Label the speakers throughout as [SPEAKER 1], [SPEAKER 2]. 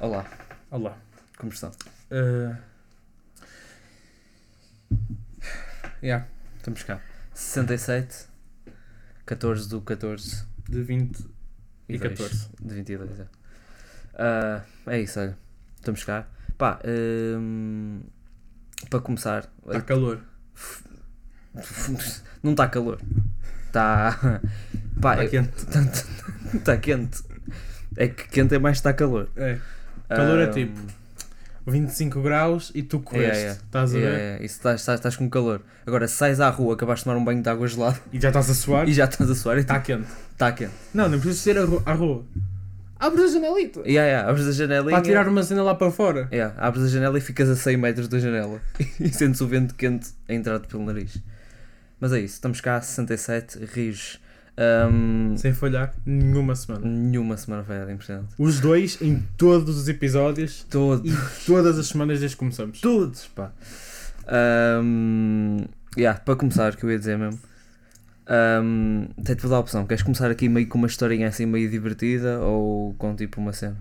[SPEAKER 1] Olá,
[SPEAKER 2] Olá.
[SPEAKER 1] como estão?
[SPEAKER 2] Uh... Yeah, estamos cá.
[SPEAKER 1] 67, 14 do 14
[SPEAKER 2] De 20. E
[SPEAKER 1] dois
[SPEAKER 2] 14.
[SPEAKER 1] De 22, é. Ah, é isso, olha, estamos cá. Pá, hum, para começar,
[SPEAKER 2] Está tá calor.
[SPEAKER 1] não está calor, está. Pá,
[SPEAKER 2] Está Tá quente.
[SPEAKER 1] está quente. É que quente é mais está calor.
[SPEAKER 2] É. Calor é
[SPEAKER 1] Ah,
[SPEAKER 2] tipo, 25 graus e tu correste.
[SPEAKER 1] é, é.
[SPEAKER 2] Estás a
[SPEAKER 1] é,
[SPEAKER 2] ver?
[SPEAKER 1] é, isso, estás, estás- estás com calor. Agora, sais à rua, acabaste de tomar um banho de água gelada
[SPEAKER 2] E já estás a suar?
[SPEAKER 1] e já estás a suar.
[SPEAKER 2] Está
[SPEAKER 1] Está
[SPEAKER 2] quente.
[SPEAKER 1] tá quente.
[SPEAKER 2] Não, não precisas ser à ru- à rua. Abre a janelita.
[SPEAKER 1] Yeah, yeah, abres a janelinha.
[SPEAKER 2] Para tirar uma cena lá para fora.
[SPEAKER 1] Yeah, abres a janela e ficas a 100 metros da janela e sentes o vento quente a entrar-te pelo nariz. Mas é isso, estamos cá, 67, rios. Ahm,
[SPEAKER 2] Sem falhar nenhuma semana.
[SPEAKER 1] nenhuma semana falhada, impressionante.
[SPEAKER 2] Os dois em todos os episódios
[SPEAKER 1] Todos,
[SPEAKER 2] e todas as semanas desde que começamos.
[SPEAKER 1] todos, pá. Ahm, yeah, para começar, o que eu ia dizer mesmo. ahm, Tem-te vou dar a opção, queres começar aqui meio com uma historinha assim meio divertida ou com tipo uma cena?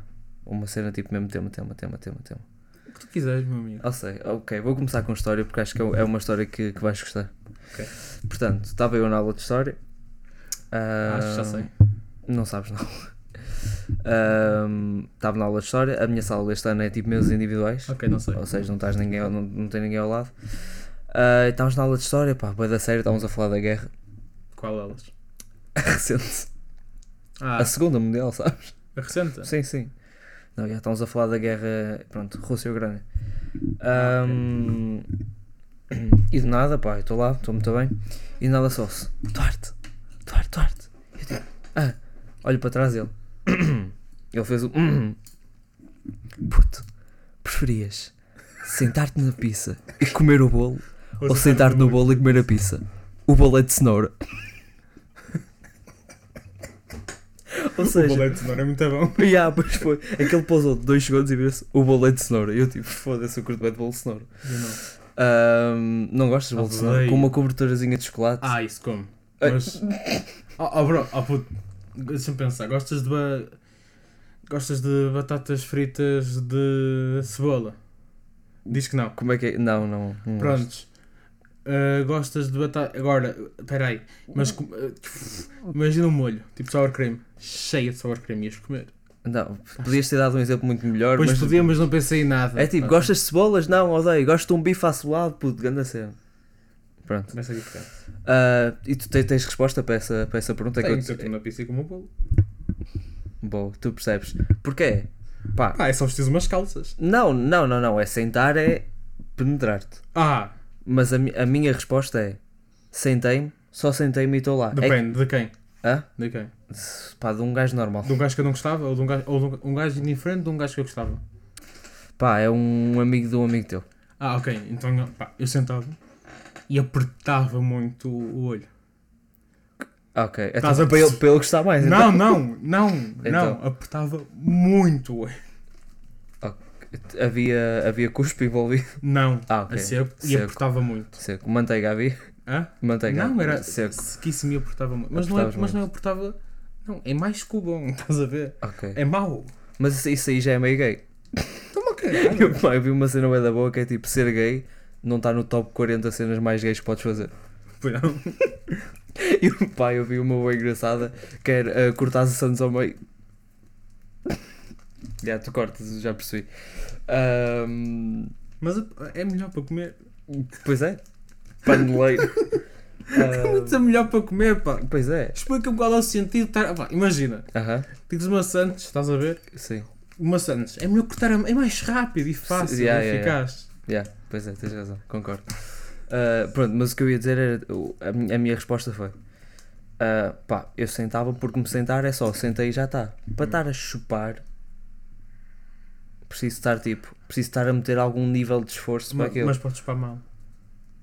[SPEAKER 1] Uma cena tipo mesmo tema, tema, tema, tema, tema.
[SPEAKER 2] O que tu quiseres, meu amigo.
[SPEAKER 1] Eu Ah, sei, ok, vou começar com história porque acho que é uma história que, que vais gostar.
[SPEAKER 2] Ok.
[SPEAKER 1] Portanto, estava eu na aula de história. Ah,
[SPEAKER 2] Acho que já sei.
[SPEAKER 1] Não sabes, não. Ah, Estava na aula de história. A minha sala este ano é tipo mesas individuais,
[SPEAKER 2] Ok, não sei.
[SPEAKER 1] ou seja, não, estás ninguém, ao- não, não tem ninguém ao lado. Ah, estávamos na aula de história, pá, boa da série, estávamos a falar da guerra
[SPEAKER 2] Qual delas?
[SPEAKER 1] recente,
[SPEAKER 2] Ah,
[SPEAKER 1] a segunda mundial, sabes?
[SPEAKER 2] a recente?
[SPEAKER 1] Sim, sim. Não, já estamos a falar da guerra, pronto, Rússia e Ucrânia.
[SPEAKER 2] Ah, ok.
[SPEAKER 1] Ahm, E de nada, pá, eu estou lá, estou muito bem. E de nada só se, Duarte, Duarte, Duarte. Eu digo, ah, olho para trás dele. Ele fez o. Puto, preferias sentar-te na pizza e comer o bolo ou, sentar-te no bolo e comer a pizza? O bolo é de cenoura. ou
[SPEAKER 2] O é
[SPEAKER 1] seja,
[SPEAKER 2] boleto não era muito bom.
[SPEAKER 1] Ya, pois foi. É que ele pousou de 2 segundos e vira-se o bolo é de cenoura. Eu tipo, foda-se, eu curto bem de bolo de cenoura. Ahm, não gostas de bolo de cenoura?
[SPEAKER 2] Odeio.
[SPEAKER 1] Com uma coberturazinha de chocolate?
[SPEAKER 2] Ah, isso como.
[SPEAKER 1] Ai.
[SPEAKER 2] Mas. Oh, oh, bro, oh, puto. Deixa-me pensar. Gostas de. Ba... Gostas de batatas fritas de cebola? Diz que não.
[SPEAKER 1] Como é que é? Não, não. não gosto.
[SPEAKER 2] Prontos. Ah, gostas de batata. Agora, peraí. Mas. com- ah, imagina um molho, tipo sour cream. Cheia de sour cream, ias comer.
[SPEAKER 1] Não, podias ter dado um exemplo muito melhor.
[SPEAKER 2] Pois
[SPEAKER 1] mas...
[SPEAKER 2] podia, mas não pensei em nada.
[SPEAKER 1] É tipo,
[SPEAKER 2] Ah,
[SPEAKER 1] gostas de cebolas? Não, odeio. Gosto de um bife assolado, puto, ganda cena. Pronto.
[SPEAKER 2] Começa aqui, cara.
[SPEAKER 1] Ah, e tu te- tens resposta para essa, para essa pergunta?
[SPEAKER 2] Tenho
[SPEAKER 1] que eu te...
[SPEAKER 2] na pizza e como um bolo.
[SPEAKER 1] Boa, tu percebes. Porquê? Pá,
[SPEAKER 2] Ah, é só vestir umas calças.
[SPEAKER 1] não, não, não, não. É sentar, é penetrar-te.
[SPEAKER 2] Ah,
[SPEAKER 1] Mas a, mi- a minha resposta é: sentei-me, só sentei-me e estou lá. É
[SPEAKER 2] depende. De quem?
[SPEAKER 1] que- Hã?
[SPEAKER 2] De quem?
[SPEAKER 1] pá, de um gajo normal.
[SPEAKER 2] De um gajo que eu não gostava? Ou de um gajo, ou de um- um gajo indiferente de um gajo que eu gostava?
[SPEAKER 1] Pá, é um amigo de um amigo teu.
[SPEAKER 2] Ah, ok. Então, pá, eu sentava e apertava muito o o olho.
[SPEAKER 1] Ok, então
[SPEAKER 2] Estás a-
[SPEAKER 1] para, ele, para ele gostar mais.
[SPEAKER 2] Não, não, não,
[SPEAKER 1] Então.
[SPEAKER 2] não. Apertava muito o olho.
[SPEAKER 1] então. Havia, havia cuspo envolvido.
[SPEAKER 2] Não.
[SPEAKER 1] Ah, ok.
[SPEAKER 2] A seco, e
[SPEAKER 1] Seco.
[SPEAKER 2] apertava muito.
[SPEAKER 1] Seco. Manteiga havia.
[SPEAKER 2] Hã?
[SPEAKER 1] Manteiga.
[SPEAKER 2] Não, era
[SPEAKER 1] Seco.
[SPEAKER 2] sequíssimo e apertava muito. Mas, não, é,
[SPEAKER 1] Apertavas
[SPEAKER 2] mas não é apertava... Não, é mais que o bom, estás a ver?
[SPEAKER 1] Ok.
[SPEAKER 2] É mau.
[SPEAKER 1] Mas isso, isso aí já é meio gay.
[SPEAKER 2] Toma
[SPEAKER 1] Eu,
[SPEAKER 2] caralho.
[SPEAKER 1] pá, eu vi uma cena bué da boa que é tipo ser gay. Não está no top 40 cenas mais gays que podes fazer.
[SPEAKER 2] Pois não.
[SPEAKER 1] E pá, eu vi uma boa engraçada que era uh, cortar os Santos ao meio. Já, tu cortas, já percebi. Ahm,
[SPEAKER 2] Mas é melhor para comer.
[SPEAKER 1] pois é. Paneleiro.
[SPEAKER 2] Mas é melhor para comer, pá.
[SPEAKER 1] Ahm, pois é.
[SPEAKER 2] Explica-me qual é o sentido de estar... Pá, imagina.
[SPEAKER 1] Aham,
[SPEAKER 2] Tens uma Santos, estás a ver?
[SPEAKER 1] sim.
[SPEAKER 2] Uma Santos. É melhor cortar a mão. É mais rápido e fácil
[SPEAKER 1] Sim, yeah,
[SPEAKER 2] e
[SPEAKER 1] yeah,
[SPEAKER 2] eficaz.
[SPEAKER 1] Já, pois é, tens razão, concordo. Ah, pronto, mas o que eu ia dizer era. o- A minha, a minha resposta foi. ah, pá, eu sentava porque me sentar é só, sentei e já está. Para estar a chupar, preciso estar tipo, preciso estar a meter algum nível de esforço para
[SPEAKER 2] Ma-
[SPEAKER 1] aquilo.
[SPEAKER 2] Mas podes chupar mal.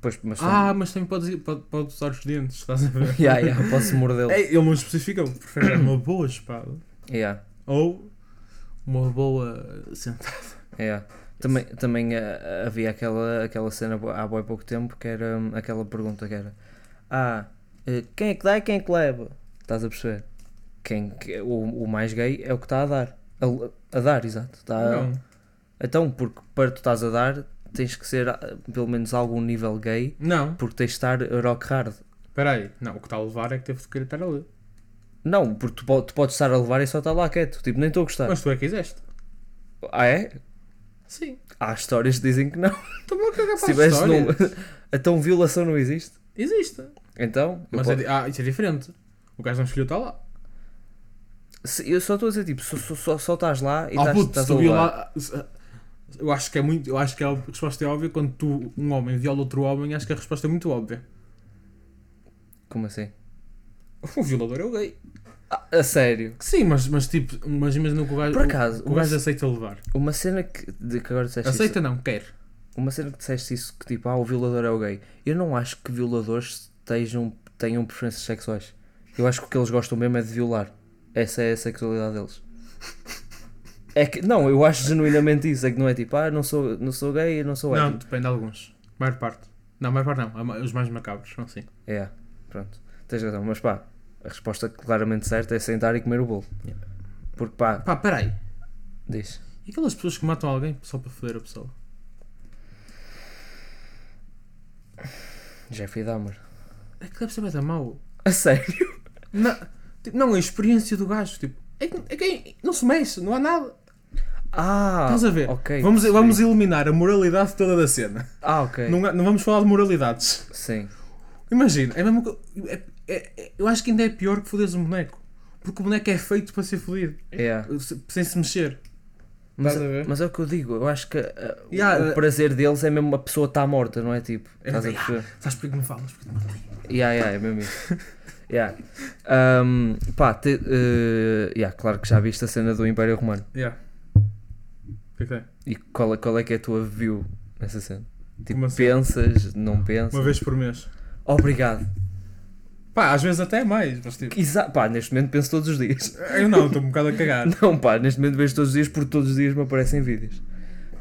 [SPEAKER 1] Pois, mas
[SPEAKER 2] Ah, mas também podes, ir- pode, podes usar os dentes, estás a ver?
[SPEAKER 1] Yeah, yeah, posso mordê-lo.
[SPEAKER 2] É, ele não especifica, prefere usar uma boa espada
[SPEAKER 1] Yeah,
[SPEAKER 2] ou uma boa sentada.
[SPEAKER 1] yeah. É. Também, também ah, havia aquela, aquela cena bo- há bem pouco tempo que era hum, aquela pergunta que era Ah, eh, quem é que dá e quem é que leva? Estás a perceber? Quem, que- o, o mais gay é o que está a dar. A, a dar, exato. Está a-
[SPEAKER 2] Não.
[SPEAKER 1] Então, porque para tu estás a dar, tens que ser ah, pelo menos algum nível gay,
[SPEAKER 2] Não,
[SPEAKER 1] porque tens de estar rock hard.
[SPEAKER 2] espera aí. Não, o que está a levar é que teve de querer estar ali.
[SPEAKER 1] Não, porque tu, po- tu podes estar a levar e só estar lá quieto. Tipo, nem estou a gostar.
[SPEAKER 2] Mas tu é que quiseste.
[SPEAKER 1] Ah, é?
[SPEAKER 2] Sim.
[SPEAKER 1] Há histórias que dizem que não.
[SPEAKER 2] Estou-me a cagar
[SPEAKER 1] Se
[SPEAKER 2] para a
[SPEAKER 1] tivesse
[SPEAKER 2] história.
[SPEAKER 1] num... Então, violação não existe.
[SPEAKER 2] Existe.
[SPEAKER 1] Então, eu
[SPEAKER 2] Mas é,
[SPEAKER 1] posso-
[SPEAKER 2] di- ah, isso é diferente. O gajo não escolheu estar lá.
[SPEAKER 1] se- eu só estou a dizer, tipo, só, só, só, só estás lá e
[SPEAKER 2] Ah,
[SPEAKER 1] estás,
[SPEAKER 2] puto,
[SPEAKER 1] estás
[SPEAKER 2] se
[SPEAKER 1] a
[SPEAKER 2] tu
[SPEAKER 1] levar.
[SPEAKER 2] viola- se- Eu acho que é muito. Eu acho que a resposta é óbvia. Quando tu, um homem, viola outro homem, acho que a resposta é muito óbvia.
[SPEAKER 1] Como assim?
[SPEAKER 2] O violador é o gay.
[SPEAKER 1] Ah, a sério?
[SPEAKER 2] Sim, mas, mas tipo, mas imagina que o gajo.
[SPEAKER 1] Por acaso,
[SPEAKER 2] o, o
[SPEAKER 1] mas-
[SPEAKER 2] gajo aceita levar.
[SPEAKER 1] Uma cena que, de que agora disseste
[SPEAKER 2] Aceita não, quer.
[SPEAKER 1] isso. Uma cena que disseste isso, que tipo, ah, o violador é o gay. Eu não acho que violadores estejam, tenham preferências sexuais. Eu acho que o que eles gostam mesmo é de violar. Essa é a sexualidade deles. É que, não, eu acho genuinamente isso. É que não é tipo, ah, não sou, não sou gay, eu não sou hétero.
[SPEAKER 2] Não, depende de alguns. maior parte. Não, maior parte não. Há ma- Os mais macabros, são assim.
[SPEAKER 1] É, pronto. Tens razão, mas pá, a resposta claramente certa é sentar e comer o bolo. Porque pá,
[SPEAKER 2] Pá, peraí.
[SPEAKER 1] diz.
[SPEAKER 2] E aquelas pessoas que matam alguém só para foder a pessoa?
[SPEAKER 1] Jeffrey Dahmer.
[SPEAKER 2] É que deve ser bem mau.
[SPEAKER 1] A sério?
[SPEAKER 2] Não, tipo, não, a experiência do gajo, tipo. É que, é que não se mexe, não há nada.
[SPEAKER 1] Ah!
[SPEAKER 2] Estás a ver?
[SPEAKER 1] Ok.
[SPEAKER 2] vamos,
[SPEAKER 1] percebi.
[SPEAKER 2] vamos eliminar a moralidade toda da cena.
[SPEAKER 1] Ah, ok.
[SPEAKER 2] É. Não, há- não vamos falar de moralidades.
[SPEAKER 1] Sim.
[SPEAKER 2] Imagina, é mesmo que. é- é- é- eu acho que ainda é pior que foderes um boneco. Porque o boneco é feito para ser fodido.
[SPEAKER 1] É.
[SPEAKER 2] Se- Sem se mexer.
[SPEAKER 1] Mas,
[SPEAKER 2] Estás a ver?
[SPEAKER 1] mas é o que eu digo, eu acho que ah, o-
[SPEAKER 2] Yeah,
[SPEAKER 1] o
[SPEAKER 2] ah.
[SPEAKER 1] prazer deles é mesmo a pessoa estar morta, não é tipo?
[SPEAKER 2] É,
[SPEAKER 1] Estás a
[SPEAKER 2] yeah.
[SPEAKER 1] perceber?
[SPEAKER 2] Sabes porquê que me falas? Porque te matei.
[SPEAKER 1] Yeah, yeah, é mesmo isso. yeah. Ahm, pá, te, eh, yeah, claro que já viste a cena do Império Romano.
[SPEAKER 2] Yeah. O que é que é?
[SPEAKER 1] E qual, é- qual é que é a tua view nessa cena? Tipo,
[SPEAKER 2] Uma cena.
[SPEAKER 1] pensas, não pensas?
[SPEAKER 2] assim? Uma vez por mês.
[SPEAKER 1] Obrigado.
[SPEAKER 2] Pá, às vezes até mais, mas tipo.
[SPEAKER 1] Exa pá, neste momento penso todos os dias.
[SPEAKER 2] Eu não, estou um bocado a cagar.
[SPEAKER 1] Não, pá, neste momento vejo todos os dias porque todos os dias me aparecem vídeos.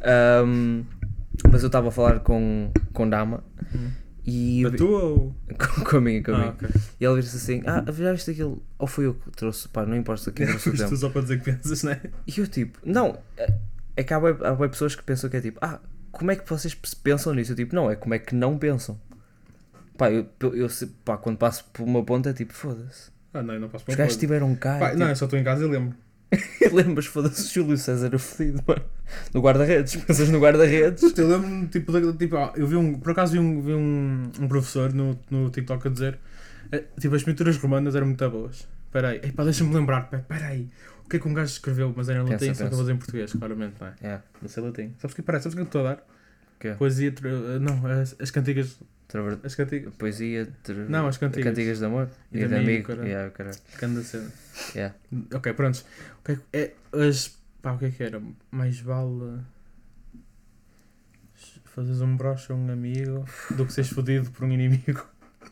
[SPEAKER 1] Ahm, mas eu estava a falar com, com Dama
[SPEAKER 2] Hum.
[SPEAKER 1] e.
[SPEAKER 2] Da tua ou.
[SPEAKER 1] com, com a minha, com a
[SPEAKER 2] Ah,
[SPEAKER 1] minha.
[SPEAKER 2] ok.
[SPEAKER 1] E ela disse assim: Ah, já viste aquilo? Ou foi eu que trouxe? Pá, não importa quem trouxe o
[SPEAKER 2] Isto
[SPEAKER 1] tema.
[SPEAKER 2] só para dizer que pensas, não é?
[SPEAKER 1] E eu tipo: Não, é- é que há bué- há bué pessoas que pensam que é tipo: Ah, como é que vocês p- pensam nisso? Eu tipo: Não, é como é que não pensam. Pá, eu, eu se- pá, quando passo por uma ponta é tipo: Foda-se.
[SPEAKER 2] Ah, não, eu não posso
[SPEAKER 1] Os
[SPEAKER 2] pôr
[SPEAKER 1] gajos tipo, ah, tiveram
[SPEAKER 2] coisa.
[SPEAKER 1] cá.
[SPEAKER 2] Pá,
[SPEAKER 1] e,
[SPEAKER 2] Não, eu só estou em casa e lembro.
[SPEAKER 1] Lembras, foda-se, o Júlio César era fodido, mano. No guarda-redes, pensas no guarda-redes.
[SPEAKER 2] Puta, eu lembro-me, tipo, da- tipo, ah, eu vi um, por acaso vi um, vi um, um professor no, no TikTok a dizer, eh, tipo, as pinturas romanas eram muito boas. Peraí, epá, deixa-me lembrar, pe- peraí, o que é que um gajo escreveu, mas era em
[SPEAKER 1] Pensa,
[SPEAKER 2] latim, só que
[SPEAKER 1] pensa.
[SPEAKER 2] eu vou dizer em português, claramente, não é?
[SPEAKER 1] É,
[SPEAKER 2] Não sei latim. Sabes o que parece? Sabes o que eu estou a dar?
[SPEAKER 1] Quê?
[SPEAKER 2] Poesia, tra- eh, não, as, as cantigas,
[SPEAKER 1] traver...
[SPEAKER 2] as cantigas,
[SPEAKER 1] poesia, tra-
[SPEAKER 2] não, as cantigas.
[SPEAKER 1] cantigas de amor
[SPEAKER 2] E
[SPEAKER 1] e
[SPEAKER 2] de
[SPEAKER 1] de
[SPEAKER 2] amigo,
[SPEAKER 1] amigo.
[SPEAKER 2] caralho.
[SPEAKER 1] Yeah, caralho.
[SPEAKER 2] Ganda cena.
[SPEAKER 1] Yeah.
[SPEAKER 2] Ok, prontos. O que é, que- é, as, pá, o que é que era? Mais vale fazeres um broche a um amigo do que seres fodido por um inimigo.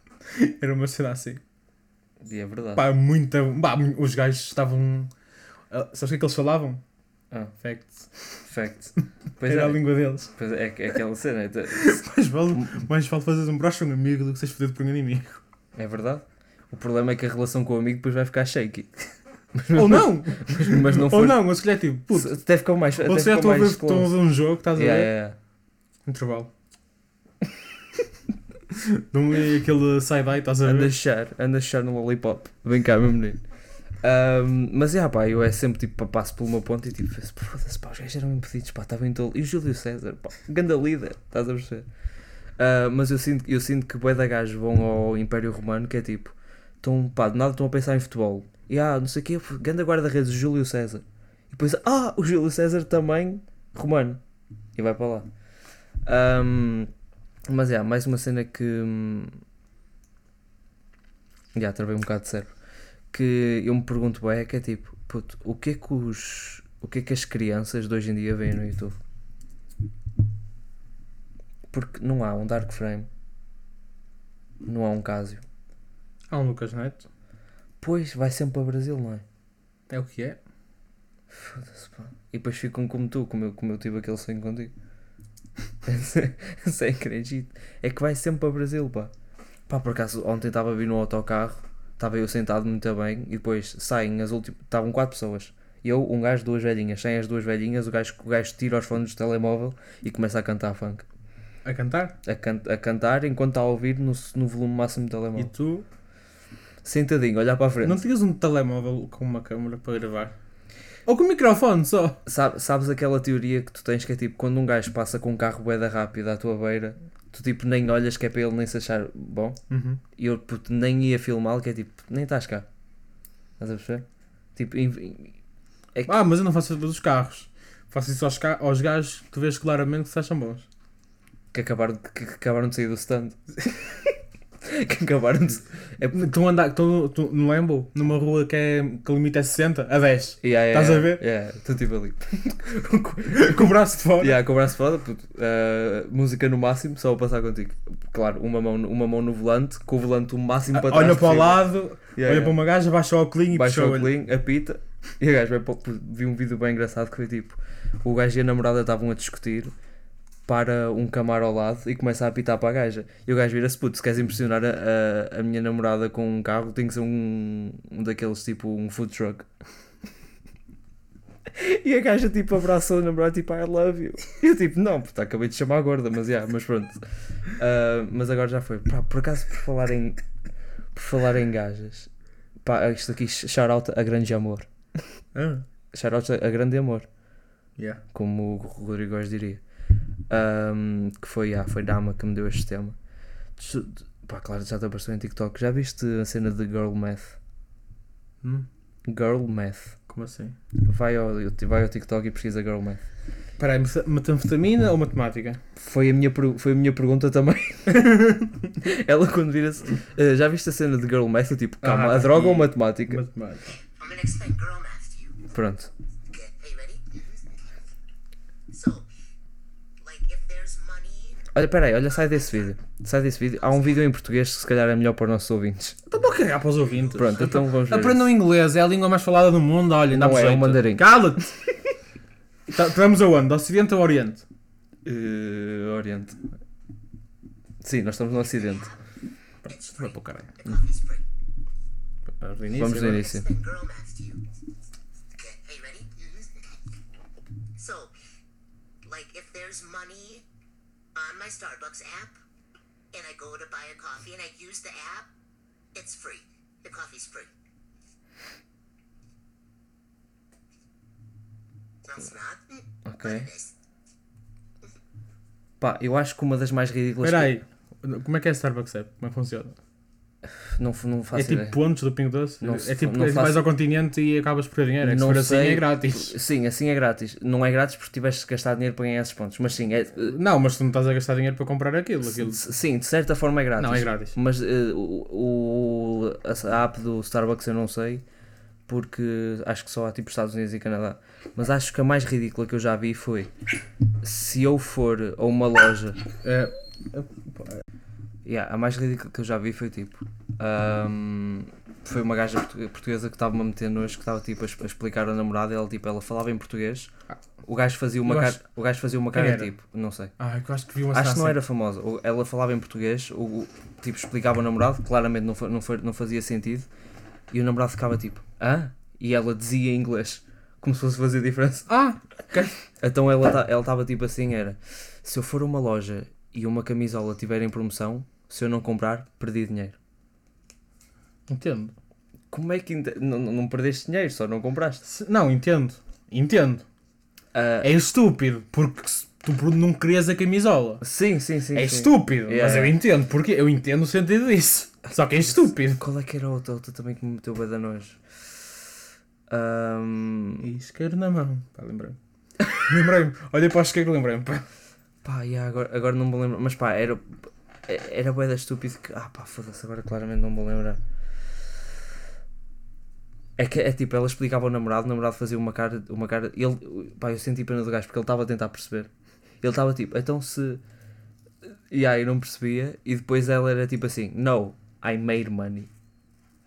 [SPEAKER 2] Era uma cena assim.
[SPEAKER 1] E é verdade.
[SPEAKER 2] Pá, muita. Pá, mu- os gajos estavam. Ah, sabes o que é que eles falavam?
[SPEAKER 1] Ah.
[SPEAKER 2] Fact.
[SPEAKER 1] Fact. Pois
[SPEAKER 2] era
[SPEAKER 1] é,
[SPEAKER 2] a língua deles.
[SPEAKER 1] pois é, é aquela cena. é-
[SPEAKER 2] Mais vale, mais vale fazeres um broche a um amigo do que seres fodido por um inimigo.
[SPEAKER 1] É verdade. O problema é que a relação com o amigo depois vai ficar shaky.
[SPEAKER 2] Ou não!
[SPEAKER 1] Mas, mas não
[SPEAKER 2] Ou
[SPEAKER 1] foi.
[SPEAKER 2] não, ou se calhar é tipo, puto.
[SPEAKER 1] Até ficou mais. Até
[SPEAKER 2] Ou se calhar
[SPEAKER 1] ficou
[SPEAKER 2] estão a ver-
[SPEAKER 1] mais
[SPEAKER 2] estão a
[SPEAKER 1] close.
[SPEAKER 2] ver um jogo, estás a
[SPEAKER 1] Yeah,
[SPEAKER 2] ver?
[SPEAKER 1] yeah,
[SPEAKER 2] Intervalo. Não é aquele side-eye, estás a
[SPEAKER 1] yeah. Anda a
[SPEAKER 2] ver?
[SPEAKER 1] char, anda a char no lollipop. Vem cá, meu menino. Ahm, mas é, pá, eu é sempre tipo, pá, passo pelo meu ponto e tipo, penso, "Pô, foda-se, pá, os gajos eram impedidos, pá, estavam em tolo. E o Júlio César, pá, ganda líder, estás a perceber? Ah, mas eu sinto, eu sinto que bué da gajo vão ao Império Romano que é tipo, estão, pá, de nada estão a pensar em futebol. E ah, não sei o quê, pô, ganda guarda-redes, o Júlio César. E depois, ah, o Júlio César também, romano. E vai para lá. Ahm, mas é, mais uma cena que. hum, Já, travei um bocado de cérebro que eu me pergunto bem é que é tipo, puto, o que é que os. O que é que as crianças de hoje em dia veem no YouTube? Porque não há um Dark Frame. Não há um Casio.
[SPEAKER 2] Há um Lucas Neto.
[SPEAKER 1] Pois vai sempre para o Brasil, não é?
[SPEAKER 2] É o que é.
[SPEAKER 1] Foda-se, pá. E depois ficam como tu, como eu, como eu tive aquele sonho contigo. Sem acredito. É que vai sempre para o Brasil, pá. Pá, por acaso, ontem estava a vir no autocarro, estava eu sentado muito bem, e depois saem as últimas. Estavam quatro pessoas. Eu, um gajo, duas velhinhas. Sem as duas velhinhas, o gajo, o gajo tira os fones do telemóvel e começa a cantar funk.
[SPEAKER 2] A cantar?
[SPEAKER 1] A, can- a cantar enquanto está a ouvir no, no volume máximo do
[SPEAKER 2] E
[SPEAKER 1] telemóvel.
[SPEAKER 2] tu
[SPEAKER 1] Sentadinho, olhar para a frente.
[SPEAKER 2] não tinhas um telemóvel com uma câmera para gravar? Ou com um microfone só?
[SPEAKER 1] Sabe- sabes aquela teoria que tu tens que é tipo quando um gajo passa com um carro boeda rápido à tua beira, tu tipo nem olhas que é para ele nem se achar bom.
[SPEAKER 2] Uhum.
[SPEAKER 1] E eu puto, nem ia filmá-lo, que é tipo, nem estás cá. Estás a perceber? Tipo, in-
[SPEAKER 2] Ah, mas eu não faço isso dos carros. Faço isso aos, ca- aos gajos que tu vês claramente que se acham bons.
[SPEAKER 1] que, acabaram, de- que, que acabaram de sair do stand. que acabaram de.
[SPEAKER 2] Estão a andar, estão estão no Lambo, numa rua que, é, que o limite é 60 a 10.
[SPEAKER 1] Yeah, yeah,
[SPEAKER 2] Estás a
[SPEAKER 1] yeah,
[SPEAKER 2] ver?
[SPEAKER 1] Yeah, estou tipo ali.
[SPEAKER 2] com o braço de fora.
[SPEAKER 1] Yeah, com o braço fora, puto, eh, música no máximo, só a passar contigo. Claro, uma mão, no- uma mão no volante, com o volante o máximo para trás.
[SPEAKER 2] Ah, olha para o
[SPEAKER 1] possível.
[SPEAKER 2] lado,
[SPEAKER 1] Yeah,
[SPEAKER 2] olha
[SPEAKER 1] yeah.
[SPEAKER 2] para uma gaja, baixa o óculos e
[SPEAKER 1] Baixa
[SPEAKER 2] puxa o
[SPEAKER 1] o
[SPEAKER 2] olho.
[SPEAKER 1] colinho, apita. E o gajo vai para o- vi um vídeo bem engraçado que foi tipo: o gajo e a namorada estavam a discutir para um camar ao lado e começa a apitar para a gaja. E o gajo vira-se: puto, se queres impressionar a, a, a minha namorada com um carro, tem que ser um, um daqueles tipo um food truck. E a gaja tipo abraçou a namorada tipo I love you. E eu tipo, não, puto, acabei de chamar a gorda, mas yeah, mas pronto. Ah, mas agora já foi. Pá, por acaso por falar em por falar em gajas, Pá, isto aqui, shout out a grande amor.
[SPEAKER 2] Ah,
[SPEAKER 1] Shout out a grande amor,
[SPEAKER 2] yeah.
[SPEAKER 1] como o Rodrigo Góes diria. Ahm, que foi, ah, foi Dama que me deu este tema. Tu- tu- Pá, claro, já te apareceu em TikTok. Já viste a cena de Girl Math?
[SPEAKER 2] Hum,
[SPEAKER 1] Girl Math.
[SPEAKER 2] como assim?
[SPEAKER 1] Vai ao, vai ao TikTok e pesquisa Girl Math.
[SPEAKER 2] Espera aí, meta- metanfetamina ou matemática?
[SPEAKER 1] Foi a minha, per- foi a minha pergunta também. Ela quando vira-se. "Ah, já viste a cena de Girl Math? Eu tipo, calma,
[SPEAKER 2] Ah,
[SPEAKER 1] a droga ou
[SPEAKER 2] e-
[SPEAKER 1] matemática?
[SPEAKER 2] Matemática.
[SPEAKER 3] I'm gonna explain girl math to you.
[SPEAKER 1] Pronto.
[SPEAKER 3] Okay, are you ready? So, like, if there's money,
[SPEAKER 1] Olha, peraí, olha, sai desse vídeo. Sai desse víew. Há um vídeo em português que se calhar é melhor para os nossos ouvintes.
[SPEAKER 2] Estou para cagar Então, para os ouvintes.
[SPEAKER 1] Pronto, então vamos ver.
[SPEAKER 2] Aprendam Tá inglês, é a língua mais falada do mundo, olha, ainda
[SPEAKER 1] Não
[SPEAKER 2] há
[SPEAKER 1] é, é um
[SPEAKER 2] jeito.
[SPEAKER 1] mandarim.
[SPEAKER 2] Cala-te! Tá- Estamos aonde? Ocidente ou Oriente?
[SPEAKER 1] Eh, Oriente. Sim, nós estamos no Ocidente.
[SPEAKER 2] Pronto, vai para o caralho.
[SPEAKER 3] the coffee's free.
[SPEAKER 2] Vamos no início,
[SPEAKER 1] Vamos no
[SPEAKER 2] né?
[SPEAKER 1] início.
[SPEAKER 3] Explain girl math to you. Okay, are you ready? So, like, if there's money on my Starbucks app, and I go to buy a coffee and I use the app, it's free. The coffee's free. No, it's not. But
[SPEAKER 1] Ok.
[SPEAKER 3] it is.
[SPEAKER 1] Pá, eu acho que uma das mais ridículas.
[SPEAKER 2] Espera aí, como é que é Starbucks app? Como é que funciona?
[SPEAKER 1] que- Não, não
[SPEAKER 2] É
[SPEAKER 1] faço
[SPEAKER 2] tipo
[SPEAKER 1] ideia.
[SPEAKER 2] pontos do Pingo Doce?
[SPEAKER 1] Não
[SPEAKER 2] é
[SPEAKER 1] se-
[SPEAKER 2] tipo,
[SPEAKER 1] não
[SPEAKER 2] é,
[SPEAKER 1] faço-
[SPEAKER 2] vais ao continente e acabas por ter dinheiro. É que se
[SPEAKER 1] Não
[SPEAKER 2] for assim
[SPEAKER 1] sei.
[SPEAKER 2] é grátis.
[SPEAKER 1] Sim, assim é grátis. Não é grátis porque tiveste que gastar dinheiro para ganhar esses pontos. Mas sim, é, eh,
[SPEAKER 2] Não, mas tu não estás a gastar dinheiro para comprar aquilo. aquilo.
[SPEAKER 1] s- sim de certa forma é grátis.
[SPEAKER 2] Não, é grátis.
[SPEAKER 1] Mas eh, o, o- a app do Starbucks eu não sei, porque acho que só há tipo Estados Unidos e Canadá. Mas acho que a mais ridícula que eu já vi foi se eu for a uma loja.
[SPEAKER 2] É,
[SPEAKER 1] Yeah, a mais ridícula que eu já vi foi tipo. ahm, foi uma gaja portu- portuguesa que estava-me a meter nojo, que estava tipo a, es- a explicar ao namorado, ela tipo, ela falava em português, o gajo fazia uma
[SPEAKER 2] Eu
[SPEAKER 1] cara,
[SPEAKER 2] acho-
[SPEAKER 1] o gajo fazia uma
[SPEAKER 2] Quem
[SPEAKER 1] cara
[SPEAKER 2] era?
[SPEAKER 1] tipo, não sei.
[SPEAKER 2] Ah, eu acho que vi uma
[SPEAKER 1] Acho que não
[SPEAKER 2] cena
[SPEAKER 1] era famosa. O- Ela falava em português, o, o- tipo, explicava ao namorado, claramente não, fa- não, fa- não fazia sentido, e o namorado ficava tipo, hã? E ela dizia em inglês, como se fosse fazer diferença.
[SPEAKER 2] Ah, ok.
[SPEAKER 1] Então ela ta- ela estava tipo assim: era se eu for a uma loja e uma camisola tiver em promoção, se eu não comprar, perdi dinheiro.
[SPEAKER 2] Entendo.
[SPEAKER 1] Como é que inte- não, não- não perdeste dinheiro, só não compraste?
[SPEAKER 2] Se- Não, entendo. Entendo.
[SPEAKER 1] Ah,
[SPEAKER 2] É estúpido, porque se tu por- não querias a camisola.
[SPEAKER 1] Sim, sim, sim.
[SPEAKER 2] É
[SPEAKER 1] sim.
[SPEAKER 2] estúpido,
[SPEAKER 1] Yeah.
[SPEAKER 2] mas eu entendo, porque eu entendo o sentido disso. Só que é estúpido.
[SPEAKER 1] Qual é que era a outra, outra também que me meteu bué de nojo? Ahm,
[SPEAKER 2] E isqueiro na mão. Pá, lembrei-me. lembrei-me. Olhei para o isqueiro e lembrei-me. pá.
[SPEAKER 1] Pá, yeah, agora, agora não me lembro. Mas pá, era. Era bué da estúpido que. Ah pá, foda-se, agora claramente não me lembro. É que é tipo, ela explicava ao namorado, o namorado fazia uma cara. Uma cara ele, pá, eu senti pena do gajo porque ele estava a tentar perceber. Ele estava tipo, então se. E aí não percebia. E depois ela era tipo assim: No, I made money.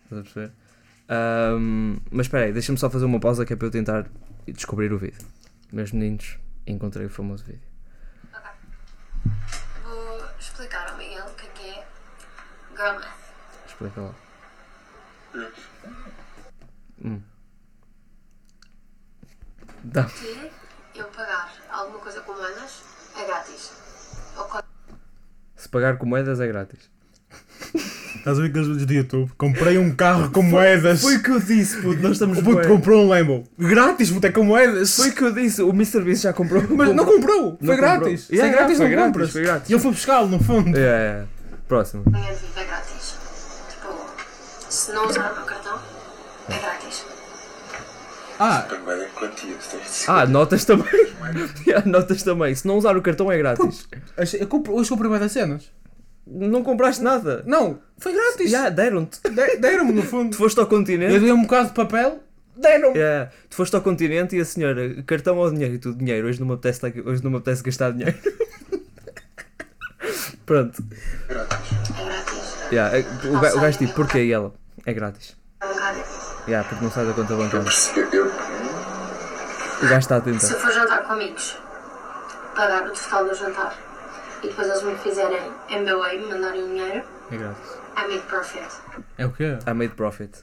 [SPEAKER 1] Estás a perceber? Ahm, mas espera aí, deixa-me só fazer uma pausa que é para eu tentar descobrir o vídeo. Meus meninos, encontrei o famoso vídeo.
[SPEAKER 4] Vou explicar ao Miguel o que é que é girl math.
[SPEAKER 1] Explica lá. Hum. Dá.
[SPEAKER 4] que eu pagar alguma coisa com manas é grátis. Ou co-
[SPEAKER 1] Se pagar com moedas é grátis.
[SPEAKER 2] Estás a ver aqueles vídeos do YouTube? Comprei um carro com moedas.
[SPEAKER 1] Foi o que eu disse, puto. Nós estamos
[SPEAKER 2] O puto
[SPEAKER 1] bué.
[SPEAKER 2] comprou um Lambo. Grátis, puto, é com moedas.
[SPEAKER 1] Foi o que eu disse. O Mr. Beast já comprou.
[SPEAKER 2] Mas não comprou.
[SPEAKER 1] Não
[SPEAKER 2] Foi grátis.
[SPEAKER 1] comprou.
[SPEAKER 2] Se é
[SPEAKER 1] Yeah,
[SPEAKER 2] grátis,
[SPEAKER 1] foi
[SPEAKER 2] não
[SPEAKER 1] grátis,
[SPEAKER 2] compras.
[SPEAKER 1] foi grátis.
[SPEAKER 2] E ele foi buscá-lo, no fundo.
[SPEAKER 1] É, é, é. Próximo.
[SPEAKER 4] ninguém vive é grátis. Tipo, se não usar o meu cartão, é grátis.
[SPEAKER 2] Ah,
[SPEAKER 5] Depende bem da quantia que tens.
[SPEAKER 1] Ah, notas também. Yeah, notas também. Se não usar o cartão é grátis.
[SPEAKER 2] achei- eu compro, hoje comprei mais das cenas.
[SPEAKER 1] Não compraste nada.
[SPEAKER 2] Não, foi grátis.
[SPEAKER 1] Yeah, deram-te.
[SPEAKER 2] De- Deram-me, no
[SPEAKER 1] Tu
[SPEAKER 2] fundo.
[SPEAKER 1] foste ao
[SPEAKER 2] Eu
[SPEAKER 1] continente.
[SPEAKER 2] dei um bocado de papel, deram-me.
[SPEAKER 1] Yeah. Tu foste ao continente e a senhora, cartão ou dinheiro? E tu, dinheiro, hoje não me apetece, estar aqui- hoje não me apetece gastar dinheiro. Pronto.
[SPEAKER 5] Grátis.
[SPEAKER 4] É grátis.
[SPEAKER 1] Yeah. O, ga- o gajo tipo, porquê? E ela, é grátis.
[SPEAKER 4] Bancário.
[SPEAKER 1] Yeah, porque não sai da conta
[SPEAKER 5] Eu
[SPEAKER 1] bancária.
[SPEAKER 5] percebo. Eu...
[SPEAKER 1] O gajo está a
[SPEAKER 4] Se eu
[SPEAKER 1] tentar.
[SPEAKER 4] for jantar com amigos, pagar o total do jantar e depois eles me fizerem MBA, me mandarem o dinheiro,
[SPEAKER 1] É grátis.
[SPEAKER 4] I make perfect.
[SPEAKER 2] É o quê?
[SPEAKER 1] I made profit.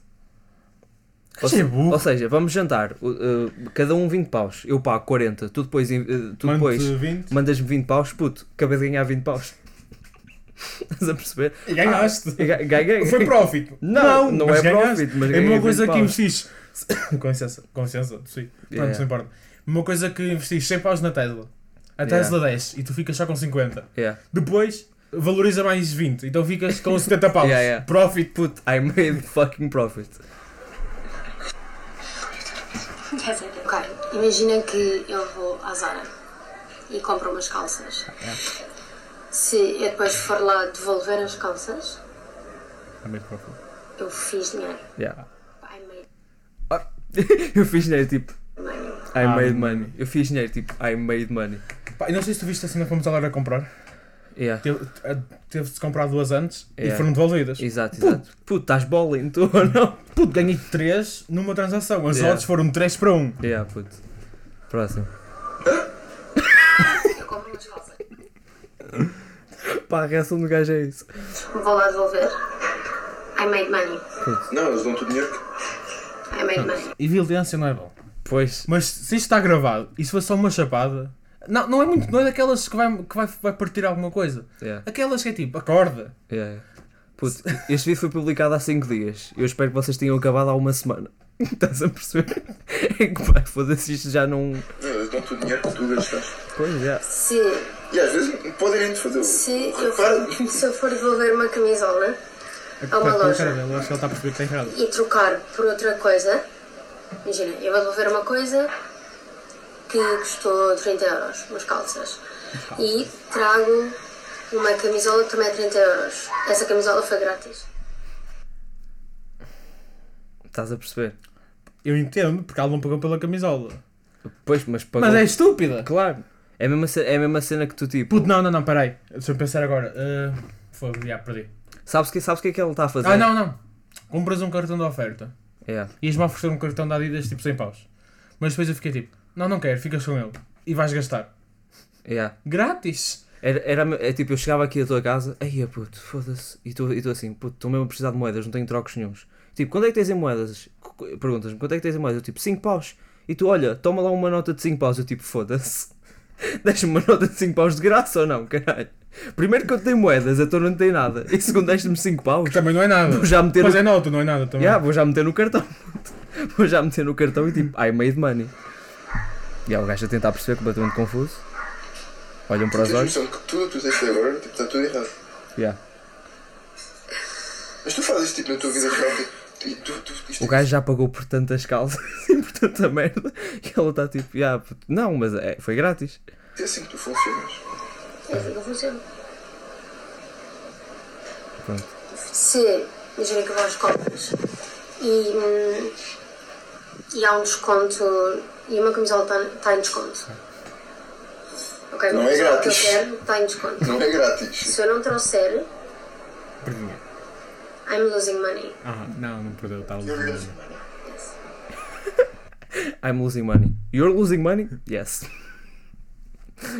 [SPEAKER 1] Ou,
[SPEAKER 2] Achei
[SPEAKER 1] se-
[SPEAKER 2] burro.
[SPEAKER 1] ou seja, vamos jantar, uh, uh, cada um 20 paus, eu pago 40, tu depois, uh, tu
[SPEAKER 2] Mando-te
[SPEAKER 1] depois
[SPEAKER 2] 20.
[SPEAKER 1] mandas-me 20 paus, puto, acabei de ganhar 20 paus. Estás a perceber?
[SPEAKER 2] E ganhaste.
[SPEAKER 1] Ah, ga- ganhei.
[SPEAKER 2] Foi profit.
[SPEAKER 1] Não, não
[SPEAKER 2] mas
[SPEAKER 1] é
[SPEAKER 2] ganhaste.
[SPEAKER 1] profit, mas
[SPEAKER 2] É
[SPEAKER 1] ganhei
[SPEAKER 2] uma coisa
[SPEAKER 1] 20
[SPEAKER 2] que
[SPEAKER 1] paus.
[SPEAKER 2] investis. Com licença, com licença, sim. Pronto,
[SPEAKER 1] Yeah.
[SPEAKER 2] não importa. Uma coisa que investis 100 paus na Tesla. A
[SPEAKER 1] Yeah.
[SPEAKER 2] Tesla desce e tu ficas só com 50.
[SPEAKER 1] Yeah.
[SPEAKER 2] Depois valoriza mais 20, então ficas com 70 paus.
[SPEAKER 1] Yeah, yeah.
[SPEAKER 2] Profit.
[SPEAKER 1] Puto, I made fucking profit.
[SPEAKER 4] Ok, imagina que eu vou à Zara e compro umas calças. Se eu depois for lá devolver as calças,
[SPEAKER 2] É
[SPEAKER 4] eu fiz dinheiro.
[SPEAKER 1] Yeah.
[SPEAKER 4] I made
[SPEAKER 2] Ah.
[SPEAKER 1] eu fiz dinheiro tipo,
[SPEAKER 4] money.
[SPEAKER 1] I made money. Eu fiz dinheiro tipo, I made money.
[SPEAKER 2] Pá, eu não sei se tu viste a cena que fomos agora a comprar.
[SPEAKER 1] Yeah.
[SPEAKER 2] Teve- eh, Teve-se de comprar duas antes
[SPEAKER 1] Yeah.
[SPEAKER 2] e foram devolvidas.
[SPEAKER 1] Exato, exato. Puto, estás bowling tu ou não?
[SPEAKER 2] Puto, ganhei 3 numa transação. As
[SPEAKER 1] Yeah.
[SPEAKER 2] odds foram 3 para 1.
[SPEAKER 1] Yeah, puto. Próximo.
[SPEAKER 4] Eu compro umas calças.
[SPEAKER 1] Pá, a reação do gajo é isso.
[SPEAKER 4] Vou lá devolver. I made money.
[SPEAKER 5] Não, eles dão-te o dinheiro.
[SPEAKER 4] I made money.
[SPEAKER 2] E violência não é bom.
[SPEAKER 1] Pois.
[SPEAKER 2] Mas se isto está gravado e se for só uma chapada. Não, não é muito. Não é daquelas que vai, que vai, vai partir alguma coisa.
[SPEAKER 1] Yeah.
[SPEAKER 2] Aquelas que é tipo, acorda.
[SPEAKER 1] Yeah. Puto, este vídeo foi publicado há 5 dias. Eu espero que vocês tenham acabado há uma semana. Estás a perceber? É que pá, foda-se isto já não.
[SPEAKER 5] Não, eles dão-te o dinheiro que tu gastaste.
[SPEAKER 1] Pois já.
[SPEAKER 4] Se,
[SPEAKER 5] E às vezes podem nem te fazer o.
[SPEAKER 4] se,
[SPEAKER 5] o
[SPEAKER 4] eu
[SPEAKER 5] reparo.
[SPEAKER 4] for, se eu for devolver uma camisola a uma
[SPEAKER 2] Pá, pela cara
[SPEAKER 4] loja
[SPEAKER 2] dele, eu acho que ele está a perceber que está errado.
[SPEAKER 4] e trocar por outra coisa, imagina, eu vou devolver uma coisa que custou 30 euros, umas calças, e trago uma camisola que também é 30 euros. Essa camisola foi grátis.
[SPEAKER 1] Estás a perceber?
[SPEAKER 2] Eu entendo, porque ela não pagou pela camisola.
[SPEAKER 1] Pois, mas pagou.
[SPEAKER 2] Mas é estúpida.
[SPEAKER 1] Claro. É a, mesma cena, é a mesma cena que tu tipo.
[SPEAKER 2] Puto, não, não, não, peraí. Deixa eu pensar agora. Ah, foi, já perdi.
[SPEAKER 1] Sabes o que, sabes que é que ele está a fazer?
[SPEAKER 2] Ah, não, não. Compras um cartão de oferta.
[SPEAKER 1] Yeah.
[SPEAKER 2] Ias-me oferecer um cartão da Adidas tipo 100 paus. Mas depois eu fiquei tipo, não, não quero, ficas com ele. E vais gastar.
[SPEAKER 1] Yeah.
[SPEAKER 2] Grátis.
[SPEAKER 1] Era, era é tipo, eu chegava aqui à tua casa, aí puto, foda-se, e tu e tu assim, puto, estou mesmo a precisar de moedas, não tenho trocos nenhums. Tipo, quanto é que tens em moedas? Qu- qu- Perguntas-me, quanto é que tens em moedas? Eu tipo, 5 paus. E tu, olha, toma lá uma nota de 5 paus. Eu tipo, foda-se, deixa-me uma nota de 5 paus de graça ou não, caralho? Primeiro que eu tenho moedas, eu não tenho nada. E segundo, deste-me 5 paus.
[SPEAKER 2] Que também não é nada.
[SPEAKER 1] Vou já meter
[SPEAKER 2] Mas
[SPEAKER 1] o-
[SPEAKER 2] é nota, não é nada também.
[SPEAKER 1] Yeah, vou já meter no cartão. vou já meter no cartão e tipo, I made money. E yeah, o gajo a tentar perceber, completamente confuso. Olham para os
[SPEAKER 5] Tens
[SPEAKER 1] olhos.
[SPEAKER 5] noção que tudo o que tu disseste agora tipo, está tudo errado.
[SPEAKER 1] Yeah.
[SPEAKER 5] Mas tu fazes tipo na tua vida própria. E tu, tu, isto
[SPEAKER 1] O gajo já pagou por tantas calças e por tanta merda e ela está tipo, "Ya, puto, não, mas é, foi grátis.
[SPEAKER 5] é assim que tu funcionas.
[SPEAKER 4] É assim que funciona.
[SPEAKER 1] Pronto.
[SPEAKER 4] se imagina que eu vou às compras e, hum, e há um desconto e uma camisola está tá em desconto. Ok,
[SPEAKER 5] Não
[SPEAKER 4] uma
[SPEAKER 5] é
[SPEAKER 4] camisola que eu
[SPEAKER 5] grátis.
[SPEAKER 4] quero está em desconto.
[SPEAKER 5] Não é grátis.
[SPEAKER 4] Se eu não trouxer,
[SPEAKER 2] Perdi.
[SPEAKER 4] I'm losing money.
[SPEAKER 2] Ah, não, não perdeu, está
[SPEAKER 5] Eu
[SPEAKER 2] ali.
[SPEAKER 5] ganho dinheiro.
[SPEAKER 1] I'm losing money. You're losing money? Yes.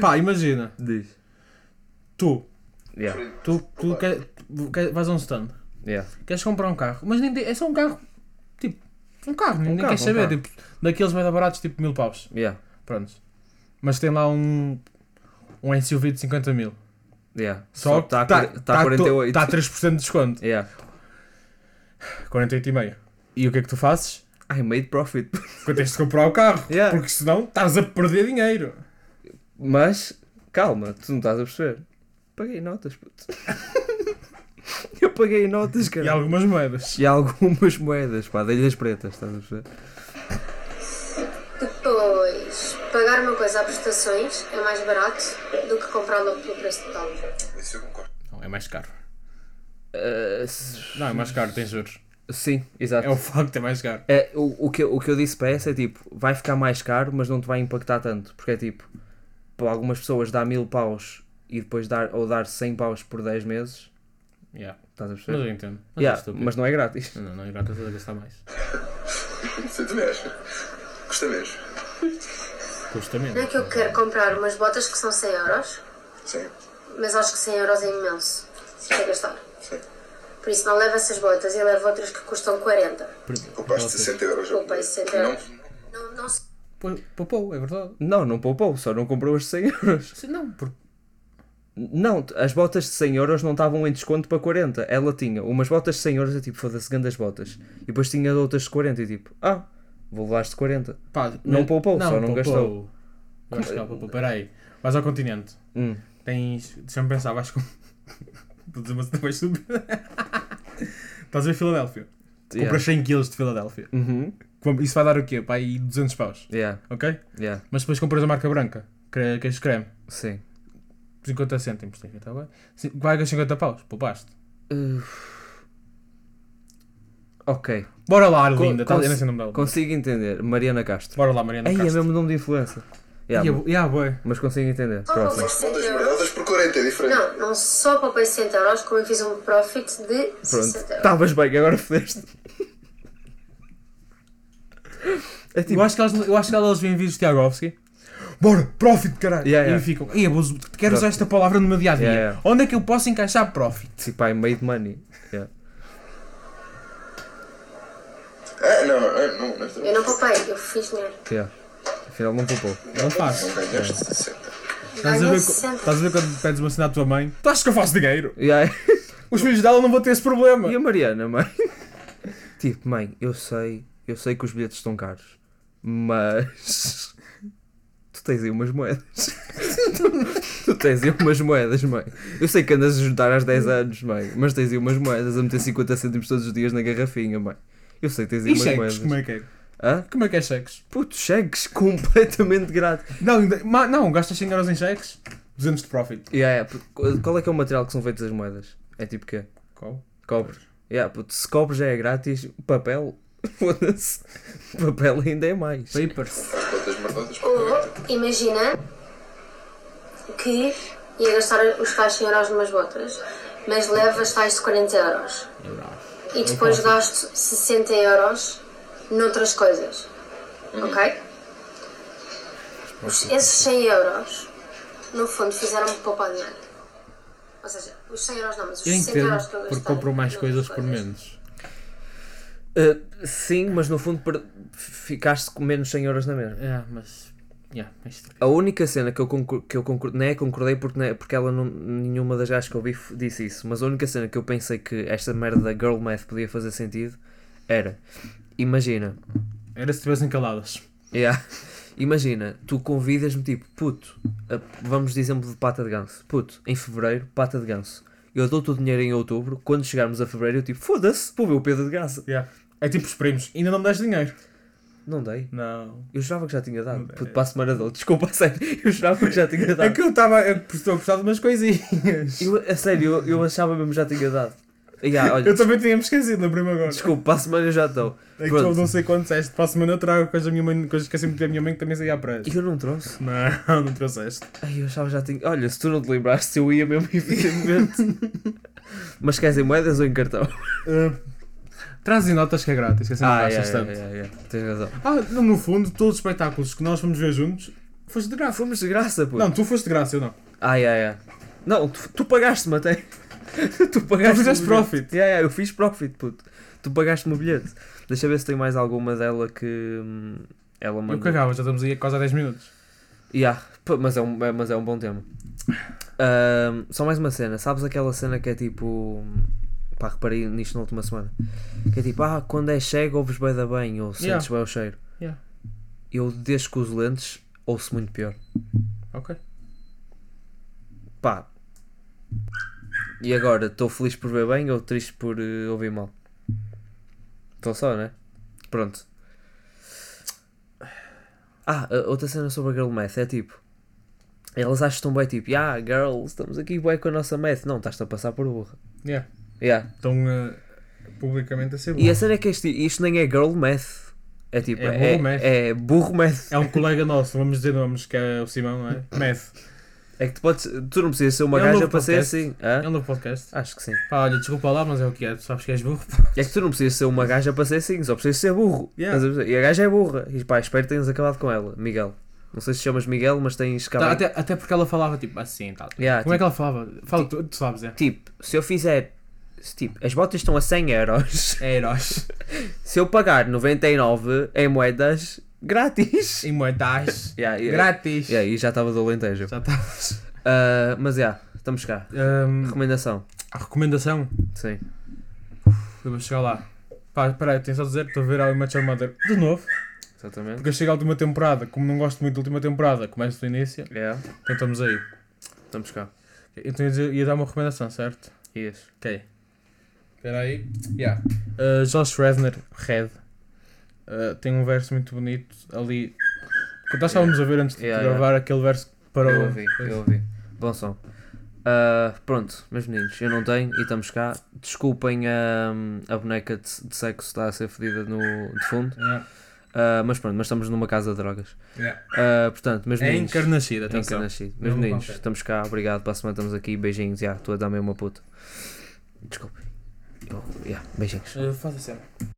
[SPEAKER 2] Pá, imagina.
[SPEAKER 1] Diz.
[SPEAKER 2] Tu,
[SPEAKER 1] Yeah.
[SPEAKER 2] tu, tu quer, quer, vais a um stand.
[SPEAKER 1] Yeah.
[SPEAKER 2] Queres comprar um carro, mas nem tem- é só um carro. Tipo, Um carro, ninguém
[SPEAKER 1] carro, um
[SPEAKER 2] quer saber.
[SPEAKER 1] carro.
[SPEAKER 2] tipo, daqueles mais baratos, tipo mil paus.
[SPEAKER 1] Yeah,
[SPEAKER 2] Pronto. Mas tem lá um, um SUV de 50 mil.
[SPEAKER 1] yeah.
[SPEAKER 2] Só
[SPEAKER 1] está tá 48.
[SPEAKER 2] Está a 3% de desconto.
[SPEAKER 1] Yeah.
[SPEAKER 2] 48,5. E o que é que tu fazes?
[SPEAKER 1] I made profit.
[SPEAKER 2] Porque tens de comprar o carro.
[SPEAKER 1] Yeah.
[SPEAKER 2] Porque senão estás a perder dinheiro.
[SPEAKER 1] Mas, calma, tu não estás a perceber. Paguei notas, puto. Eu paguei notas, cara.
[SPEAKER 2] E algumas moedas.
[SPEAKER 1] E algumas moedas, pá, das pretas, estás a perceber?
[SPEAKER 4] Depois, pagar uma coisa a prestações é mais barato do que comprá-la pelo preço total.
[SPEAKER 5] Isso eu concordo.
[SPEAKER 2] Não, é mais caro.
[SPEAKER 1] Eh, s-
[SPEAKER 2] Não, é mais caro, tem juros.
[SPEAKER 1] sim, exato.
[SPEAKER 2] É o facto, é mais caro.
[SPEAKER 1] É, o, o, que, eu- o que eu disse para essa é tipo, vai ficar mais caro, mas não te vai impactar tanto. Porque é tipo, para algumas pessoas dá mil paus e depois dar, ou dar 100 paus por 10 meses,
[SPEAKER 2] Yeah.
[SPEAKER 1] estás a perceber?
[SPEAKER 2] Mas eu entendo. Mas
[SPEAKER 1] Yeah,
[SPEAKER 2] é estúpido.
[SPEAKER 1] mas não é grátis.
[SPEAKER 2] Não, não, é grato, estás a gastar mais.
[SPEAKER 5] Você também acha? Custa menos.
[SPEAKER 2] Custa
[SPEAKER 4] Não é
[SPEAKER 2] menos.
[SPEAKER 4] que eu quero comprar umas botas que são 100 euros,
[SPEAKER 5] Sim,
[SPEAKER 4] mas acho que 100 euros é imenso para gastar.
[SPEAKER 5] sim.
[SPEAKER 4] Por isso, não leva essas botas e leva outras que custam 40.
[SPEAKER 5] Poupaste 60 euros.
[SPEAKER 4] Poupei 60 euros. Não, não se-
[SPEAKER 2] Poupou, é verdade.
[SPEAKER 1] Não, não poupou, só não comprou as de 100 euros.
[SPEAKER 2] Sim, Não, porque
[SPEAKER 1] Não, t- as botas de 100 euros não estavam em desconto para 40. Ela tinha umas botas de 100 euros, eu tipo, foda-se, grandes botas. E depois tinha outras de 40 e tipo, ah, vou levar as de 40.
[SPEAKER 2] Pá,
[SPEAKER 1] Não poupou, só não gastou.
[SPEAKER 2] Eu acho que ela poupou. Peraí, vais ao continente.
[SPEAKER 1] Hum.
[SPEAKER 2] Tens. Deixa-me pensar, vais com. Vou dizer uma cena mais estúpida. Estás a ver Filadélfia?
[SPEAKER 1] Yeah.
[SPEAKER 2] Compras 100 kg de Filadélfia.
[SPEAKER 1] Uhum.
[SPEAKER 2] Com- Isso vai dar o quê? Pá, aí 200 paus.
[SPEAKER 1] Yeah,
[SPEAKER 2] Ok?
[SPEAKER 1] yeah,
[SPEAKER 2] Mas depois compras a marca branca, cre- queijo creme,
[SPEAKER 1] sim.
[SPEAKER 2] 50 cêntimos, tem que tá bem. Cin- Pagas 50 paus, poupaste.
[SPEAKER 1] Uh, Ok,
[SPEAKER 2] Bora lá,
[SPEAKER 1] Co-
[SPEAKER 2] Arlinda. Tá, eu
[SPEAKER 1] cons-
[SPEAKER 2] não sei o nome dela.
[SPEAKER 1] consigo entender. Mariana Castro.
[SPEAKER 2] Bora lá, Mariana.
[SPEAKER 1] Aí é
[SPEAKER 2] Castro.
[SPEAKER 1] mesmo nome de influencer.
[SPEAKER 2] Ia,
[SPEAKER 1] Yeah,
[SPEAKER 2] bo- ia, boi.
[SPEAKER 1] Mas consigo entender.
[SPEAKER 4] Só
[SPEAKER 1] Próximo.
[SPEAKER 4] poupei
[SPEAKER 5] Mas
[SPEAKER 4] 60
[SPEAKER 5] contas
[SPEAKER 4] euros.
[SPEAKER 5] merdadas por 40 é diferente.
[SPEAKER 4] Não, não só poupei 60 euros, como eu fiz um profit de 60
[SPEAKER 1] Pronto.
[SPEAKER 4] euros.
[SPEAKER 1] Estavas bem, agora fodeste. É tipo.
[SPEAKER 2] Eu acho que elas, eu acho que elas vêm vir os Tiagovski. Bora, profit, caralho!
[SPEAKER 1] Yeah, yeah.
[SPEAKER 2] E ficam, "Ei, eu uso- quero usar esta palavra no meu dia a dia.
[SPEAKER 1] Yeah, yeah.
[SPEAKER 2] Onde é que eu posso encaixar profit?
[SPEAKER 1] Tipo, I made money. Yeah.
[SPEAKER 5] Ah, não, ah, não, não.
[SPEAKER 4] Eu não poupei, eu fiz dinheiro.
[SPEAKER 1] Yeah. Afinal, não poupou.
[SPEAKER 2] Não faz.
[SPEAKER 5] Não ganhaste 60.
[SPEAKER 2] Estás a,
[SPEAKER 4] Ganhei
[SPEAKER 2] ver, co-
[SPEAKER 4] 60.
[SPEAKER 2] estás a ver quando pedes uma cena à tua mãe? Tu achas que eu faço dinheiro?
[SPEAKER 1] Yeah.
[SPEAKER 2] Os filhos dela não vão ter esse problema.
[SPEAKER 1] E a Mariana, mãe? Tipo, mãe, eu sei, eu sei que os bilhetes estão caros, mas tu tens aí umas moedas. tu tens aí umas moedas, mãe. Eu sei que andas a juntar há 10 anos, mãe, mas tens aí umas moedas a meter 50 cêntimos todos os dias na garrafinha, mãe. Eu sei que tens aí
[SPEAKER 2] E
[SPEAKER 1] umas
[SPEAKER 2] cheques,
[SPEAKER 1] moedas.
[SPEAKER 2] como é que é?
[SPEAKER 1] Hã?
[SPEAKER 2] Como é que é cheques?
[SPEAKER 1] Puto, cheques completamente grátis.
[SPEAKER 2] Não, ainda- ma- não gastas 100 euros em cheques, 200 de profit.
[SPEAKER 1] Yeah, yeah, puto, Qual é que é o material que são feitas as moedas? É tipo quê?
[SPEAKER 2] Qual?
[SPEAKER 1] Cobre. Yeah, puto, se cobre já é grátis, papel, foda-se, papel ainda é mais.
[SPEAKER 2] Papers.
[SPEAKER 5] As contas merdadas por
[SPEAKER 4] Ou
[SPEAKER 5] 40.
[SPEAKER 4] Uhum. imagina que ia gastar os tais 100 euros numas botas, mas leva as tais de 40 euros. E depois gasto 60 euros noutras coisas.
[SPEAKER 2] Uhum.
[SPEAKER 4] Ok? Os- Esses 100 euros, no fundo, fizeram-me poupar dinheiro. Ou seja, os 100 euros não, mas os
[SPEAKER 2] Eu
[SPEAKER 4] 60
[SPEAKER 2] entendo,
[SPEAKER 4] euros que eu gastei.
[SPEAKER 2] porque compram mais
[SPEAKER 4] noutras
[SPEAKER 2] coisas por menos.
[SPEAKER 1] Uh, sim, mas no fundo per- ficaste com menos 100 euros na mesma.
[SPEAKER 2] É, mas. Yeah, é estúpido.
[SPEAKER 1] A única cena que eu, concor que eu concor não é concordei porque, não é- porque ela não, nenhuma das gajas que eu vi f- disse isso, mas a única cena que eu pensei que esta merda da girl math podia fazer sentido era, imagina,
[SPEAKER 2] Era se estivessem caladas.
[SPEAKER 1] yeah, É, imagina, tu convidas-me tipo, puto, a- vamos de exemplo de pata de ganso, puto, em fevereiro, pata de ganso, eu dou-te o dinheiro em outubro, quando chegarmos a fevereiro eu tipo, foda-se, vou ver o Pedro de graça.
[SPEAKER 2] É tipo os primos, ainda não me deste dinheiro.
[SPEAKER 1] Não dei.
[SPEAKER 2] Não.
[SPEAKER 1] Eu jurava que já tinha dado. Puto, para a semana dou. Desculpa, a sério. Eu jurava que já tinha
[SPEAKER 2] É
[SPEAKER 1] dado.
[SPEAKER 2] que eu estava. Eu estou a gostar de umas coisinhas.
[SPEAKER 1] Eu, a sério, eu, eu achava mesmo que já tinha dado. E, ah, olha,
[SPEAKER 2] Eu também tinha-me esquecido, lembrei-me agora.
[SPEAKER 1] desculpa, para a semana eu já dou.
[SPEAKER 2] É que eu
[SPEAKER 1] Pronto.
[SPEAKER 2] não sei quanto disseste. Para a semana eu trago coisas da minha mãe, coisas que sempre da minha mãe que também saía à praia.
[SPEAKER 1] E eu não trouxe.
[SPEAKER 2] Não, não trouxeste.
[SPEAKER 1] Ai, eu achava que já tinha. Olha, se tu não te lembraste, eu ia mesmo, evidentemente. Mas queres em moedas ou em cartão?
[SPEAKER 2] Trazem notas que é grátis, que assim não
[SPEAKER 1] Ah, é,
[SPEAKER 2] gastas tanto.
[SPEAKER 1] é, é, é. Tens razão.
[SPEAKER 2] Ah, no no fundo, todos os espetáculos que nós fomos ver juntos, foste de graça.
[SPEAKER 1] Fomos de graça, pô. Ah,
[SPEAKER 2] Não, tu foste de graça, eu não.
[SPEAKER 1] Ai, ai, ai. Não, tu, tu pagaste-me até. tu pagaste
[SPEAKER 2] Tu fizeste profit.
[SPEAKER 1] Yeah, yeah, eu fiz profit, puto. tu pagaste-me o bilhete. Deixa eu ver se tem mais alguma dela que hum, ela
[SPEAKER 2] Eu
[SPEAKER 1] mandou.
[SPEAKER 2] cagava, já estamos aí quase há 10 minutos.
[SPEAKER 1] Yeah, pô, mas, é um, é- mas é um bom tema. Ahm, só mais uma cena. Sabes aquela cena que é tipo. Pá, reparei nisto na última semana. Que é tipo, ah, quando és cego ouves bem da bem ou sentes
[SPEAKER 2] Yeah.
[SPEAKER 1] bem o cheiro.
[SPEAKER 2] Yeah.
[SPEAKER 1] Eu, desde que uso lentes, ouço muito pior.
[SPEAKER 2] Ok.
[SPEAKER 1] Pá. E agora, estou feliz por ver bem ou triste por eh, ouvir mal? Estou só, né? Pronto. Ah, a- outra cena sobre a girl math é tipo. Elas acham bem tipo, ah, girl, estamos aqui bem com a nossa math. Não, estás-te a passar por burra.
[SPEAKER 2] Yeah.
[SPEAKER 1] Yeah.
[SPEAKER 2] Estão eh, publicamente a ser
[SPEAKER 1] E
[SPEAKER 2] bom.
[SPEAKER 1] a cena é que este, isto nem é girl math. É tipo,
[SPEAKER 2] É
[SPEAKER 1] é,
[SPEAKER 2] burro math.
[SPEAKER 1] é burro math.
[SPEAKER 2] É um colega nosso, vamos dizer nomes, que é o Simão, não é? Meth.
[SPEAKER 1] É que tu, podes, tu não precisas ser uma
[SPEAKER 2] É um
[SPEAKER 1] gaja
[SPEAKER 2] novo
[SPEAKER 1] para ser
[SPEAKER 2] podcast.
[SPEAKER 1] assim. Hã?
[SPEAKER 2] É um novo podcast.
[SPEAKER 1] Acho que sim.
[SPEAKER 2] Pá, olha, desculpa lá, mas é o que é. Tu sabes que és burro.
[SPEAKER 1] É que tu não precisas ser uma gaja para ser assim, só precisas ser burro.
[SPEAKER 2] Yeah.
[SPEAKER 1] Estás a perceber? E a gaja é burra. E pá, espero que tenhas acabado com ela, Miguel. Não sei se chamas Miguel, mas tens acabado.
[SPEAKER 2] Tá, até, até porque ela falava tipo assim, tal.
[SPEAKER 1] Yeah,
[SPEAKER 2] Como é
[SPEAKER 1] tipo-
[SPEAKER 2] que ela falava? Fala, tu, tu sabes, é.
[SPEAKER 1] Tipo, se eu fizer. se, Tipo, as botas estão a 100 euros.
[SPEAKER 2] É heróis.
[SPEAKER 1] Se eu pagar 99 em moedas, grátis.
[SPEAKER 2] Em moedas.
[SPEAKER 1] Yeah, yeah.
[SPEAKER 2] Grátis.
[SPEAKER 1] É, E aí já estava do Alentejo.
[SPEAKER 2] Já tá. estavas.
[SPEAKER 1] Ah, mas já, estamos cá.
[SPEAKER 2] Ahm,
[SPEAKER 1] Recomendação.
[SPEAKER 2] Hum, a recomendação.
[SPEAKER 1] Sim.
[SPEAKER 2] Eu vou chegar lá. Pá, peraí, tenho só a dizer, estou a ver a Match Your Mother de novo.
[SPEAKER 1] Exatamente.
[SPEAKER 2] Porque eu chego à última temporada, como não gosto muito da última temporada, começo do início,
[SPEAKER 1] Yeah.
[SPEAKER 2] então estamos aí.
[SPEAKER 1] Estamos cá.
[SPEAKER 2] Então ia, dizer- ia dar uma recomendação, certo?
[SPEAKER 1] Yes.
[SPEAKER 2] Ok. Espera aí. Yeah. Uh, Josh Redner, Red, uh, tem um verso muito bonito ali. Quando nós estávamos a ver antes de
[SPEAKER 1] Yeah,
[SPEAKER 2] gravar aquele verso para
[SPEAKER 1] Eu
[SPEAKER 2] o-
[SPEAKER 1] ouvi, eu ouvi. Bom som. Ah, pronto, meus meninos, eu não tenho e estamos cá. Desculpem ahm, a boneca de, de sexo está a ser fedida no, de fundo.
[SPEAKER 2] Yeah.
[SPEAKER 1] Ah, mas pronto, mas estamos numa casa de drogas.
[SPEAKER 2] Yeah.
[SPEAKER 1] Ah, portanto, meus
[SPEAKER 2] É
[SPEAKER 1] meninos. É
[SPEAKER 2] encarnascida, atenção.
[SPEAKER 1] encarnascido. Meus
[SPEAKER 2] Não
[SPEAKER 1] meninos,
[SPEAKER 2] qualquer.
[SPEAKER 1] estamos cá, obrigado. Para a semana estamos aqui. Beijinhos, já, estou a dar mesmo uma puta. Desculpe. Oh, yeah, beijinhos.
[SPEAKER 2] Uh, faz a cena.